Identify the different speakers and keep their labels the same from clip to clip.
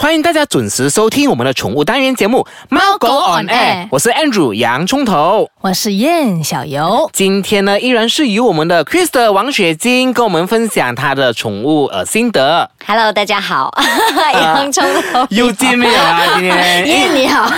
Speaker 1: 欢迎大家准时收听我们的宠物单元节目《猫狗 on air》，我是 Andrew 洋葱头。
Speaker 2: 我是燕小游。
Speaker 1: 今天呢，依然是由我们的 c h r i s t 王雪晶跟我们分享她的宠物呃心得。
Speaker 3: Hello，大家 好，
Speaker 2: 啊
Speaker 3: 洋葱头，
Speaker 1: 又见面了啊， 今天。
Speaker 3: 耶，你好，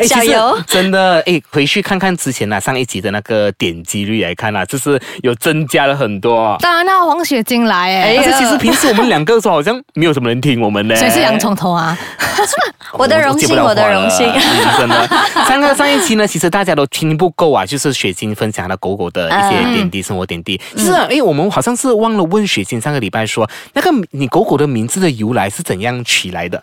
Speaker 1: 哎
Speaker 3: 小游
Speaker 1: 其实。真的哎，回去看看之前呢、上一集的那个点击率来看啊，就是有增加了很多。啊
Speaker 2: 当然啦，黄雪晶来哎、
Speaker 1: 但是其实平时我们两个说好像没有什么人听我们的，
Speaker 2: 谁是洋葱头啊？
Speaker 3: 哎我的荣幸
Speaker 1: 接不了
Speaker 3: 我的
Speaker 1: 话了
Speaker 3: 荣幸
Speaker 1: 嗯真 的。上个上一期呢，其实大家都听不够啊，就是雪晶分享了狗狗的一些点滴、生活点
Speaker 3: 嗯
Speaker 1: 滴。是啊，哎，我们好像是忘了问雪晶上个礼拜说，那个你狗狗的名字的由来是怎样取来的？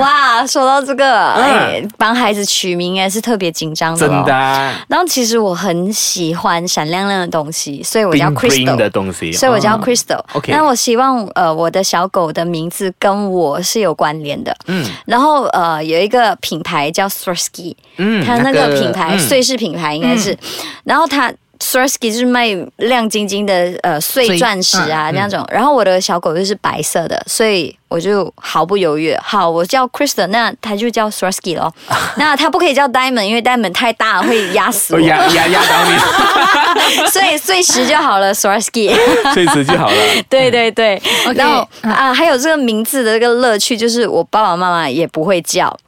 Speaker 3: 哇，说到这个，
Speaker 1: 嗯
Speaker 3: 哎，帮孩子取名哎也是特别紧张的、
Speaker 1: 真
Speaker 3: 哦，
Speaker 1: 的、。啊，
Speaker 3: 然后其实我很喜欢闪亮亮的东西，所以我叫
Speaker 1: bling bling 的
Speaker 3: Crystal。
Speaker 1: 东西，
Speaker 3: 所以我叫
Speaker 1: 嗯
Speaker 3: Crystal，、
Speaker 1: OK
Speaker 3: 那我希望呃我的小狗的名字跟我是有关联的，嗯，然后呃有一个品牌叫 Swarovski，
Speaker 1: 嗯
Speaker 3: 它那个品牌、
Speaker 1: 嗯
Speaker 3: 瑞士品牌应该是，然后它 Swarovski 就是卖亮晶晶的呃碎
Speaker 2: 碎
Speaker 3: 钻石啊
Speaker 1: 嗯
Speaker 3: 那种，然后我的小狗就是白色的，所以我就毫不犹豫，好，我叫 Crystal，那它就叫 Swarovski 咯，那它不可以叫 Diamond，因为 Diamond 太大了会压 死
Speaker 1: 哦
Speaker 3: 我，
Speaker 1: 压压压倒你。
Speaker 3: 所以碎石就好了 Swarovski。
Speaker 1: 碎石就好 了。
Speaker 3: 对对对，
Speaker 2: OK，
Speaker 3: 然后
Speaker 1: 嗯
Speaker 3: 啊，还有这个名字的这个乐趣，就是我爸爸妈妈也不会叫。
Speaker 1: 哦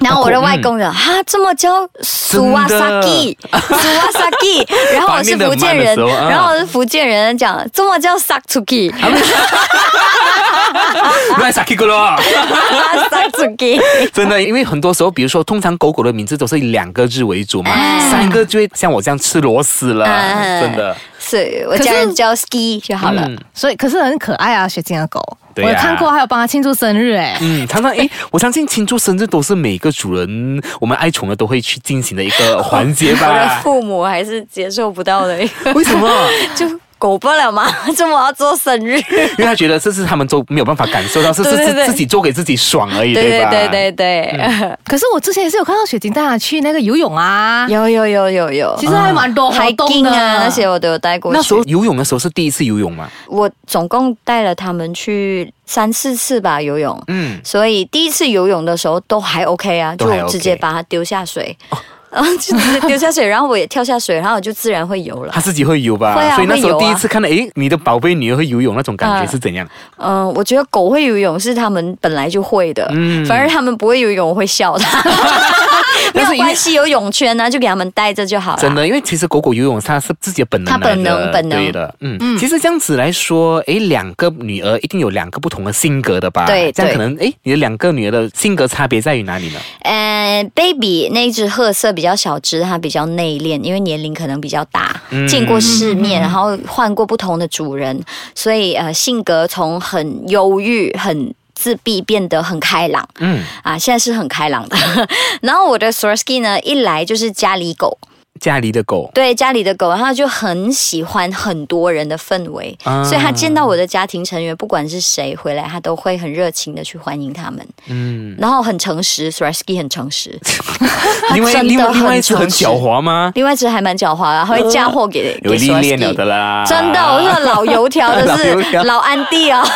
Speaker 3: 然后我的外
Speaker 1: 嗯
Speaker 3: 公人哈、这么叫苏瓦萨基，苏瓦萨 基，然后我是福建
Speaker 1: 把念
Speaker 3: 人，
Speaker 1: 得慢的时候啊
Speaker 3: 然后我是福建人讲这么叫萨出 基，
Speaker 1: 乱撒 K 哥咯，
Speaker 3: 萨出基，
Speaker 1: 真的，因为很多时候，比如说，通常狗狗的名字都是以两个字为主嘛，
Speaker 3: 哎
Speaker 1: 三个就会像我这样吃螺丝了，
Speaker 3: 哎
Speaker 1: 真的。
Speaker 3: 所以我家
Speaker 2: 可
Speaker 3: 人
Speaker 2: 是
Speaker 3: 叫 ski 就好了。
Speaker 1: 嗯
Speaker 2: 所以可是很可爱啊，雪晶的狗。
Speaker 1: 对
Speaker 2: 我
Speaker 1: 啊
Speaker 2: 有看过，还有帮它庆祝生日哎、
Speaker 1: 嗯，常常 诶，我相信庆祝生日都是每个主人我们爱宠的都会去进行的一个环节
Speaker 3: 我的
Speaker 1: 吧？
Speaker 3: 父母还是接受不 到的一个，
Speaker 1: 为什么？
Speaker 3: 就狗不了嘛， 这么要做生日。
Speaker 1: 因为他觉得这是他们都没有办法感受到，是 是
Speaker 3: 对对
Speaker 1: 是
Speaker 3: 对
Speaker 1: 自己做给自己爽而已，
Speaker 3: 对
Speaker 1: 吧？嗯
Speaker 3: 对对对，
Speaker 2: 可是我之前也是有看到雪晶带它去那个游泳啊，
Speaker 3: 有有有有有，
Speaker 2: 其实还蛮多活动
Speaker 3: hiking
Speaker 2: 的
Speaker 3: 啊那些我都有带过去。
Speaker 1: 那时候游泳的时候是第一次游泳嘛？
Speaker 3: 我总共带了他们去三四次吧游泳，
Speaker 1: 嗯，
Speaker 3: 所以第一次游泳的时候都还 OK 啊，
Speaker 1: 都还
Speaker 3: 就
Speaker 1: OK 哦
Speaker 3: 直接把它丢下水， 然后 就直接丢下水，然后我也跳下水，然后我就自然会游了
Speaker 1: 他。自己会游吧？
Speaker 3: 会啊
Speaker 1: 所以那时
Speaker 3: 会游
Speaker 1: 候
Speaker 3: 啊
Speaker 1: 第一次看到，诶，你的宝贝女儿会游泳那种感觉是怎样？
Speaker 3: 嗯、我觉得狗会游泳是他们本来就会的，
Speaker 1: 嗯
Speaker 3: 反而他们不会游泳我会 笑它。 没
Speaker 1: 但
Speaker 3: 有
Speaker 1: 是因为
Speaker 3: 关系，游泳圈啊呢、就给他们带着就好了。
Speaker 1: 真的，因为其实狗狗游泳它是自己的本能来的，
Speaker 3: 啊它本能本能
Speaker 1: 对的，嗯，其实这样子来说，诶，两个女儿一定有两个不同的性格的吧？
Speaker 3: 对
Speaker 1: 这样
Speaker 3: 对
Speaker 1: 可能诶，你的两个女儿的性格差别在于哪里呢？
Speaker 3: 呃，baby 那只褐色比较小只，它比较内敛，因为年龄可能比较大，
Speaker 1: 嗯
Speaker 3: 见过世面，然后换过不同的主人，所以呃，性格从很忧郁、很自闭变得很开朗
Speaker 1: 嗯，
Speaker 3: 啊，现在是很开朗的。 然后我的 Swarovski 呢，一来就是家里狗，
Speaker 1: 家里的狗，
Speaker 3: 对家里的狗，然后就很喜欢很多人的氛围，
Speaker 1: 啊
Speaker 3: 所以他见到我的家庭成员，不管是谁回来，他都会很热情的去欢迎他们，
Speaker 1: 嗯，
Speaker 3: 然后很诚实 s w a r s k i 很诚实。
Speaker 1: 另外
Speaker 3: 真的
Speaker 1: 另外
Speaker 3: 很
Speaker 1: 另外一只很
Speaker 3: 诚实
Speaker 1: 狡猾吗？
Speaker 3: 另外一只还蛮狡猾的，还会嫁祸给、
Speaker 1: 有
Speaker 3: 给
Speaker 1: 历练
Speaker 3: Swarovski
Speaker 1: 了的啦，
Speaker 3: 真的，我说老油条
Speaker 1: 老
Speaker 3: 的
Speaker 1: 油
Speaker 3: 是
Speaker 1: 条
Speaker 3: 老安迪哦，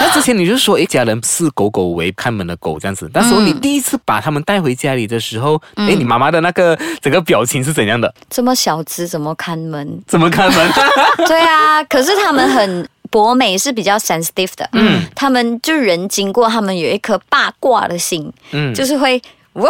Speaker 1: 那之前你就说，一家人视狗狗为看门的狗这样子。那时候你
Speaker 3: 嗯
Speaker 1: 第一次把它们带回家里的时候，哎、你妈妈的那个整个表情是怎样的？？
Speaker 3: 这么小只怎么看门
Speaker 1: 怎么看门？
Speaker 3: 对啊，可是他们很。博美是比较 sensitive 的，嗯，他们就人经过，他们有一颗八卦的心，
Speaker 1: 嗯，
Speaker 3: 就是会。呜，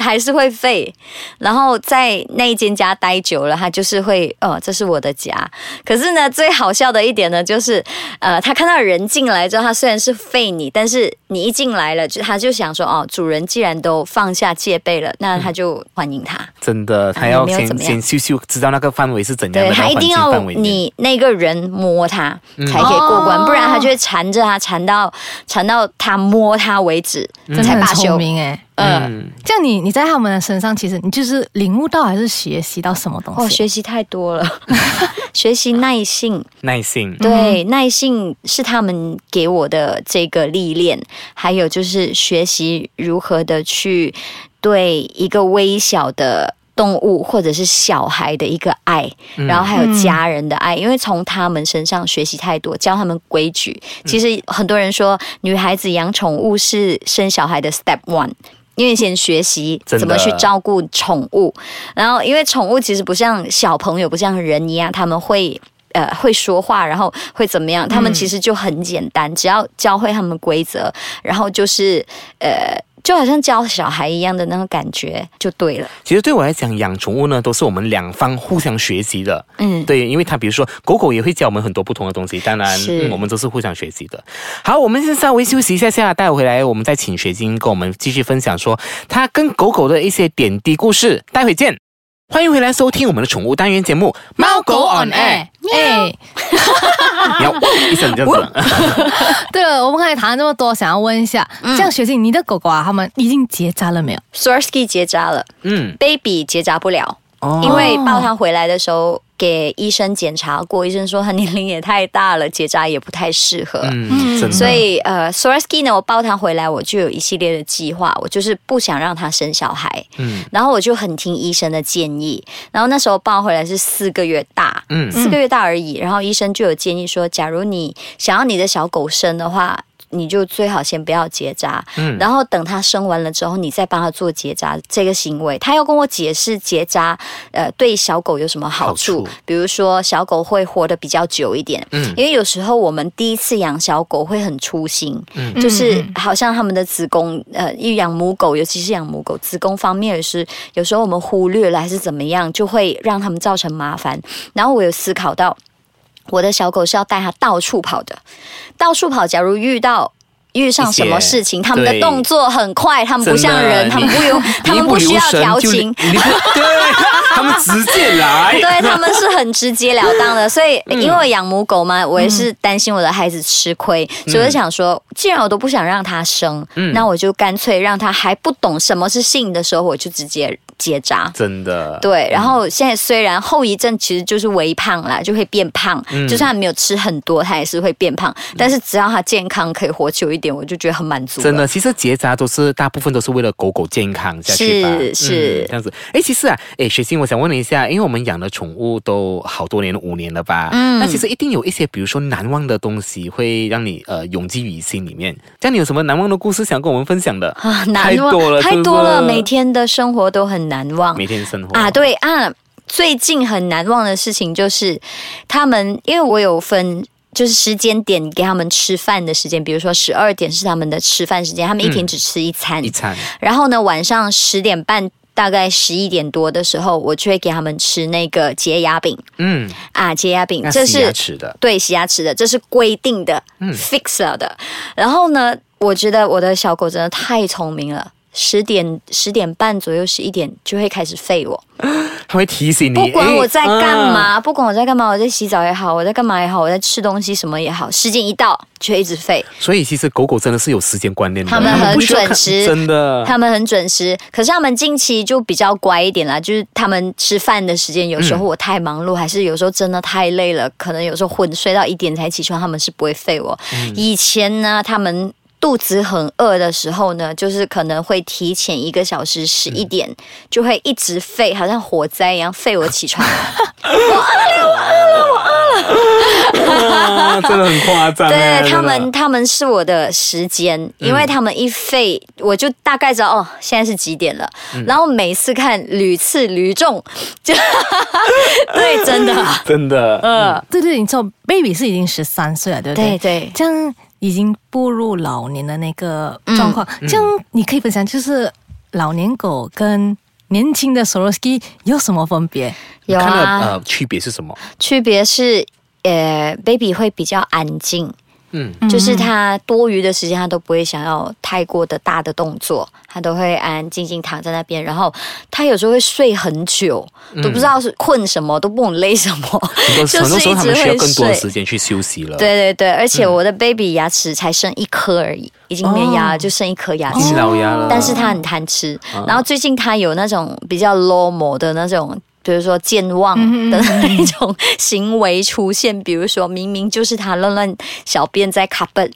Speaker 3: 还是会吠。然后在那一间家待久了，他就是会，哦，这是我的家。可是呢，最好笑的一点呢，就是，呃，他看到人进来之后，他虽然是吠你，但是你一进来了，就他就想说，哦，主人既然都放下戒备了，那他就欢迎他。
Speaker 1: 真的，他
Speaker 3: 哎
Speaker 1: 要
Speaker 3: 没有
Speaker 1: 先
Speaker 3: 怎么样
Speaker 1: 先秀秀，知道那个范围是怎样
Speaker 3: 对
Speaker 1: 的，
Speaker 3: 他
Speaker 1: 那
Speaker 3: 一
Speaker 1: 个
Speaker 3: 定
Speaker 1: 环境
Speaker 3: 要
Speaker 1: 范围内
Speaker 3: 你那个人摸他才可以过关，
Speaker 2: 哦
Speaker 3: 不然他就会缠着他，缠到缠到他摸他为止，
Speaker 1: 嗯
Speaker 2: 真的
Speaker 3: 才
Speaker 2: 很
Speaker 3: 罢
Speaker 2: 聪
Speaker 3: 休。
Speaker 2: 明哎、
Speaker 3: 嗯。
Speaker 2: 这样你你在他们的身上，其实你就是领悟到还是学习到什么东
Speaker 3: 哦，
Speaker 2: 西？
Speaker 3: 学习太多 了，学习耐
Speaker 2: 嗯
Speaker 3: 性，
Speaker 1: 耐性。
Speaker 3: 对，耐性是他们给我的这个历练，还有就是学习如何的去对一个微小的。动物或者是小孩的一个爱，
Speaker 1: 嗯
Speaker 3: 然后还有家人的爱，因为从他们身上学习太多，教他们规矩。
Speaker 1: 嗯
Speaker 3: 其实很多人说，女孩子养宠物是生小孩的 step one。因为先学习
Speaker 1: 真的
Speaker 3: 怎么去照顾宠物，然后因为宠物其实不像小朋友，不像人一样，他们会呃会说话，然后会怎么
Speaker 1: 嗯
Speaker 3: 样？他们其实就很简单，只要教会他们规则，然后就是呃，就好像教小孩一样的那种感觉就对了。
Speaker 1: 其实对我来讲，养宠物呢都是我们两方互相学习的。
Speaker 3: 嗯
Speaker 1: 对，因为它比如说狗狗也会教我们很多不同的东西，当然、
Speaker 3: 是
Speaker 1: 嗯、我们都是互相学习的。好，我们先稍微休息一下下，待会回来我们再请雪晶跟我们继续分享说它跟狗狗的一些点滴故事。待会见，欢迎回来收听我们的宠物单元节目《猫狗 on air
Speaker 2: 哎，》。
Speaker 1: 你要喔一声这样子，
Speaker 2: 对了，我们刚才谈了那么多，想要问一下，
Speaker 3: 嗯
Speaker 2: 像雪静，你的狗狗啊，他们已经结扎了没有？
Speaker 3: Swarovski 结扎了
Speaker 1: 嗯，
Speaker 3: ，baby 结扎不了，
Speaker 1: 哦
Speaker 3: 因为抱他回来的时候给医生检查过，医生说他年龄也太大了，结扎也不太适合。
Speaker 1: 嗯，真的
Speaker 3: 所以，呃 s o r s k i 呢，我抱他回来，我就有一系列的计划，我就是不想让他生小孩，
Speaker 1: 嗯
Speaker 3: 然后我就很听医生的建议。然后那时候抱回来是四个月大，
Speaker 1: 嗯
Speaker 3: 四个月大而已。然后医生就有建议说，假如你想要你的小狗生的话，你就最好先不要结扎，
Speaker 1: 嗯
Speaker 3: 然后等它生完了之后，你再帮它做结扎这个行为。他要跟我解释结扎，呃，对小狗有什么好处？
Speaker 1: 好处
Speaker 3: 比如说小狗会活得比较久一点，
Speaker 1: 嗯
Speaker 3: 因为有时候我们第一次养小狗会很粗心，
Speaker 1: 嗯
Speaker 3: 就是好像他们的子宫，呃，因为养母狗，尤其是养母狗，子宫方面也是有时候我们忽略了还是怎么样，就会让他们造成麻烦。然后我有思考到，我的小狗是要带它到处跑的，到处跑，假如遇到。遇上什么
Speaker 1: 一些
Speaker 3: 事情，他们的
Speaker 1: 对
Speaker 3: 动作很快，他们嗯不像
Speaker 1: 真
Speaker 3: 人，
Speaker 1: 的
Speaker 3: 他们不 用，他
Speaker 1: 你一
Speaker 3: 们
Speaker 1: 不
Speaker 3: 需
Speaker 1: 留
Speaker 3: 要
Speaker 1: 神
Speaker 3: 调
Speaker 1: 就
Speaker 3: 情，
Speaker 1: 你不 对，他们直接来，
Speaker 3: 对，他们是很直截了当的，所以
Speaker 1: 嗯
Speaker 3: 因为我养母狗嘛，我也是担心我的孩子吃亏，
Speaker 1: 嗯
Speaker 3: 所以我就想说，既然我都不想让它生，那我就干脆让它还不懂什么是性的时候，我就直接结扎。
Speaker 1: 真的，
Speaker 3: 对，然后现在虽然后遗症其实就是微胖啦，就会变胖，
Speaker 1: 嗯
Speaker 3: 就算没有吃很多，它也是会变胖。但是只要它健康，可以活久一点，我就觉得很满足了。
Speaker 1: 真的，其实结扎都是大部分都是为了狗狗健康下去吧，
Speaker 3: 是是
Speaker 1: 嗯这样子。哎，其实啊，哎，雪欣，我想问你一下，因为我们养的宠物都好多年，五年了吧？嗯，那其实一定有一些，比如说难忘的东西，会让你呃永记于心里面。这样你有什么难忘的故事想跟我们分享的？
Speaker 3: 啊，难
Speaker 1: 太
Speaker 3: 忘
Speaker 1: 多了，
Speaker 3: 太
Speaker 1: 真的
Speaker 3: 多了，每天的生活都很难忘。
Speaker 1: 每天生活
Speaker 3: 啊，，对啊，最近很难忘的事情就是他们，因为我有分。就是时间点给他们吃饭的时间，比如说十二点是他们的吃饭时间，他们一天只吃一餐。
Speaker 1: 嗯一餐
Speaker 3: 然后呢，晚上十点半大概十一点多的时候，我就会给他们吃那个洁牙饼
Speaker 1: 嗯，
Speaker 3: 啊，洁牙饼，
Speaker 1: 那
Speaker 3: 这
Speaker 1: 洗牙
Speaker 3: 是
Speaker 1: 齿嗯的，
Speaker 3: 对洗牙齿的，这是规定的、f i x 了的。然后呢，我觉得我的小狗真的太聪明了，十点十点半左右十一点就会开始吠我。
Speaker 1: 它会提醒你，
Speaker 3: 不管
Speaker 1: 诶嗯
Speaker 3: 我在干嘛，不管我在干嘛，我在洗澡也好，我在干嘛也好，我在吃东西什么也好，时间一到就一直吠，
Speaker 1: 所以其实狗狗真的是有时间观念的，
Speaker 3: 它们很
Speaker 1: 不需要看
Speaker 3: 准时
Speaker 1: 真的。
Speaker 3: 他们很准时。可是他们近期就比较乖一点啦，就是他们吃饭的时间，有时候我太忙碌，还是有时候真的太累了，可能有时候昏睡到一点才起床，他们是不会吠我。以前呢，他们。肚子很饿的时候呢，就是可能会提前一个小时十一点、就会一直吠，好像火灾一样吠我起床。
Speaker 1: 啊 真的很夸张欸。
Speaker 3: 对
Speaker 1: 真的
Speaker 3: 他们，他们是我的时间，
Speaker 1: 嗯
Speaker 3: 因为他们一吠，我就大概知道哦，现在是几点了。
Speaker 1: 嗯
Speaker 3: 然后每次看屡次屡中，就 对，真的，
Speaker 1: 真的，
Speaker 3: 呃，
Speaker 2: 对对，你知道 baby 是已经十三岁了，对不
Speaker 3: 对
Speaker 2: 对？
Speaker 3: 对。
Speaker 2: 这样已经步入老年的那个状况，这样你可以分享，就是老年狗跟年轻的 Soroski 有什么分别？
Speaker 3: 有
Speaker 1: 看到
Speaker 3: 啊，
Speaker 1: 呃区别是什么？
Speaker 3: 区别是，呃，baby 会比较安静，
Speaker 1: 嗯，
Speaker 3: 就是他多余的时间他都不会想要太过的大的动作，他都会安安静静躺在那边。然后他有时候会睡很久，都不知道是困什么，都不懂累什么，
Speaker 1: 很 多嗯很多时候他们需要更多的时间去休息了。，
Speaker 3: 对对对，而且我的 baby 牙齿才剩一颗而已，已经没牙了，
Speaker 2: 哦
Speaker 3: 就剩一颗牙
Speaker 1: 已经
Speaker 3: 齿。
Speaker 1: 老牙了。
Speaker 3: 但是它很贪吃，
Speaker 1: 啊
Speaker 3: 然后最近它有那种比较 low 模的那种。比如说健忘的那种行为出现，比如说明明就是他乱乱小便在 carpet，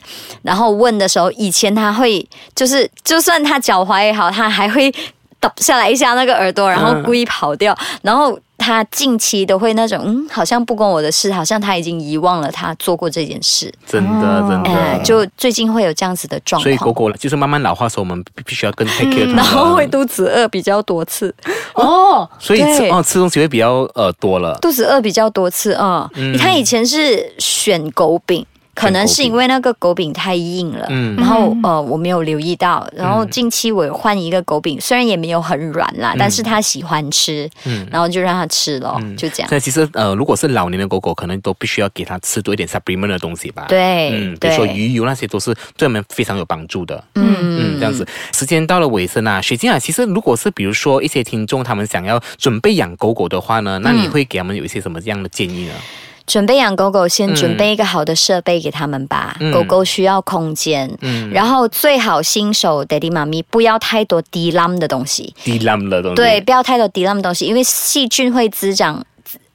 Speaker 3: 然后问的时候，以前他会就是就算他脚踝也好，他还会倒下来一下那个耳朵，然后故意跑掉，然后。他近期都会那种，嗯，好像不关我的事，好像他已经遗忘了他做过这件事，
Speaker 1: 真的真的。
Speaker 3: 哎、就最近会有这样子的状
Speaker 1: 嗯所以
Speaker 3: 况，
Speaker 1: 狗狗就是慢慢老化的时候，我们必必须要更 take care 它们
Speaker 3: 嗯然后会肚子饿比较多次，
Speaker 2: 哦，
Speaker 1: 所以吃
Speaker 3: 对
Speaker 1: 哦吃东西会比较呃多了。
Speaker 3: 肚子饿比较多次啊、
Speaker 1: 嗯
Speaker 3: 他以前是选狗饼。可能是因为那个狗饼太硬了，
Speaker 1: 嗯
Speaker 3: 然后呃我没有留意到，然后近期我有换一个狗饼，虽然也没有很软啦，但是他喜欢吃，然后就让他吃咯，就这样。
Speaker 1: 那其实呃，如果是老年的狗狗，可能都必须要给它吃多一点 supplement 的东西吧。。
Speaker 3: 对，
Speaker 1: 嗯，比
Speaker 3: 对
Speaker 1: 如说鱼油那些都是对我们非常有帮助的。嗯，
Speaker 3: 嗯
Speaker 1: 这样子，时间到了尾声啊，雪晶啊，其实如果是比如说一些听众他们想要准备养狗狗的话呢，那
Speaker 3: 嗯
Speaker 1: 你会给他们有一些什么样的建议呢？
Speaker 3: 准备养狗狗，先
Speaker 1: 嗯
Speaker 3: 准备一个好的设备给他们吧。
Speaker 1: 嗯
Speaker 3: 狗狗需要空间，
Speaker 1: 嗯
Speaker 3: 然后最好新手 daddy 妈咪不要太多低浪的东西，
Speaker 1: 低浪的东西，
Speaker 3: 对，，不要太多低浪的东西，因为细菌会滋长。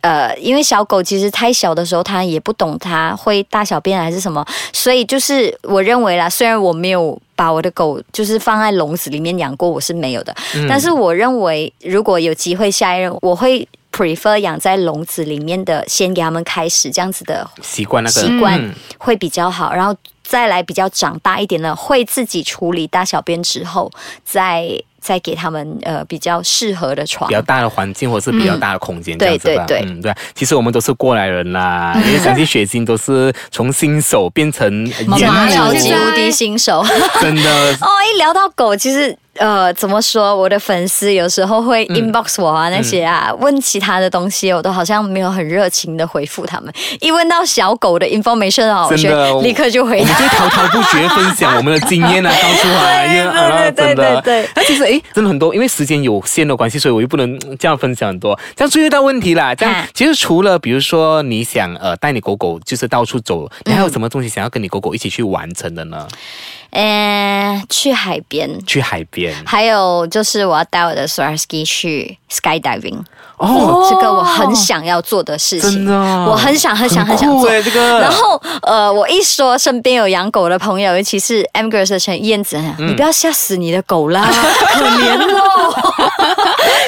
Speaker 3: 呃，因为小狗其实太小的时候，它也不懂它会大小便还是什么，所以就是我认为啦，虽然我没有把我的狗就是放在笼子里面养过，我是没有的，
Speaker 1: 嗯
Speaker 3: 但是我认为如果有机会下一任，我会 prefer 养在笼子里面的，先给它们开始这样子的
Speaker 1: 习惯那个
Speaker 3: 习惯
Speaker 1: 嗯
Speaker 3: 会比较好，然后再来比较长大一点的，会自己处理大小便之后，再再给他们呃比较适合的床
Speaker 1: 比。较大的环境或者是比较大的空间，
Speaker 3: 嗯
Speaker 1: 这样子吧。
Speaker 3: 对对对
Speaker 1: 嗯，对啊。其实我们都是过来人啦， 因为相信雪晶都是从新手变成
Speaker 2: 妈
Speaker 1: 演
Speaker 2: 妈
Speaker 3: 超
Speaker 2: 了
Speaker 3: 级
Speaker 2: 解
Speaker 3: 无敌新手哦！
Speaker 1: 真的
Speaker 3: 一聊到狗，其实呃，怎么说？我的粉丝有时候
Speaker 1: 嗯
Speaker 3: 会 inbox 我啊，那些啊，问其他的东西，我都好像没有很热情的回复他们。一问到小狗的 information 哦，我
Speaker 1: 真
Speaker 3: 觉
Speaker 1: 的
Speaker 3: 得
Speaker 1: 我
Speaker 3: 立刻就回
Speaker 1: 我们
Speaker 3: 答。
Speaker 1: 就滔滔不绝分享我们的经验啊，告诉他，因为啊，
Speaker 3: 对
Speaker 1: 真
Speaker 3: 对
Speaker 1: 的
Speaker 3: 对，对
Speaker 1: 那其实诶，真的很多，因为时间有限的关系，所以我又不能嗯这样分享很多。这样注意到问题啦，这样
Speaker 3: 啊
Speaker 1: 其实除了比如说你想呃带你狗狗就是到处走，你还有什么东西想要跟你狗狗一起去完成的呢？
Speaker 3: 嗯，去海边。
Speaker 1: 去海边
Speaker 3: 还有就是我要带我的 Swarovski 去 skydiving，
Speaker 1: 哦，
Speaker 3: 这个我很想要做的事情，
Speaker 1: 真的啊
Speaker 3: 我很想很想很想
Speaker 1: 酷哎欸诶，
Speaker 3: 做。
Speaker 1: 这个。
Speaker 3: 然后呃，我一说身边有养狗的朋友，尤其是 M Girls 的陈燕子，
Speaker 1: 嗯
Speaker 3: 你不要吓死你的 狗啦，可怜哦。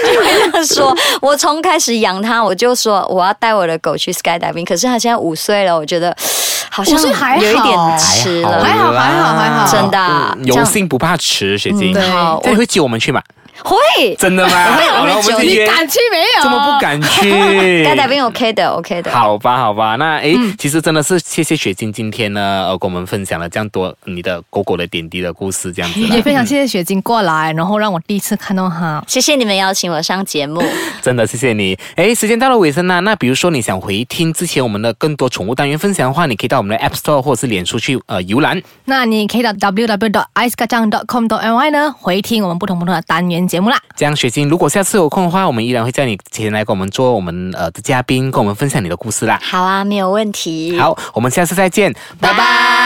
Speaker 3: 就会这样说，我从开始养它，我就说我要带我的狗去 skydiving，可是它现在五岁了，我觉得 好像
Speaker 2: 五岁还好
Speaker 3: 有一点迟了，
Speaker 2: 还好还好还好
Speaker 3: 真的啊
Speaker 1: 嗯
Speaker 3: 这
Speaker 1: 有
Speaker 3: 样
Speaker 1: 幸不怕迟，雪晶。
Speaker 3: 嗯好
Speaker 1: 这样你会接我们去吗？
Speaker 3: 会。
Speaker 1: 真的吗？
Speaker 3: 会
Speaker 1: 好了，
Speaker 3: 我
Speaker 1: 我
Speaker 3: 会
Speaker 1: 们
Speaker 3: 揪
Speaker 1: 就约
Speaker 3: 你。啊
Speaker 2: 敢去没有？
Speaker 1: 这么不？敢 去？
Speaker 3: skydiving OK 的，OK 的。
Speaker 1: 好吧，好吧，那诶，其实真的是谢谢雪晶今天呢，呃，跟我们分享了这样多你的狗狗的点滴的故事，这样子啦
Speaker 2: 也 非常谢谢雪晶过来，然后让我第一次看到她。
Speaker 3: 谢谢你们邀请我上节目，
Speaker 1: 真的谢谢你。诶，时间到了尾声啦，那比如说你想回听之前我们的更多宠物单元分享的话，你可以到我们的 App Store 或者是脸书去呃浏览。
Speaker 2: 那你可以到 www. i c e k a j a n g com. my 呢回听我们不同不同的单元节目啦。
Speaker 1: 这样，雪晶，如果下次有空的话，我们依然会叫你前来跟我们做我们呃的嘉宾，跟我们分享你的故事啦。
Speaker 3: 好啊，没有问题。
Speaker 1: 好，我们下次再见，拜拜。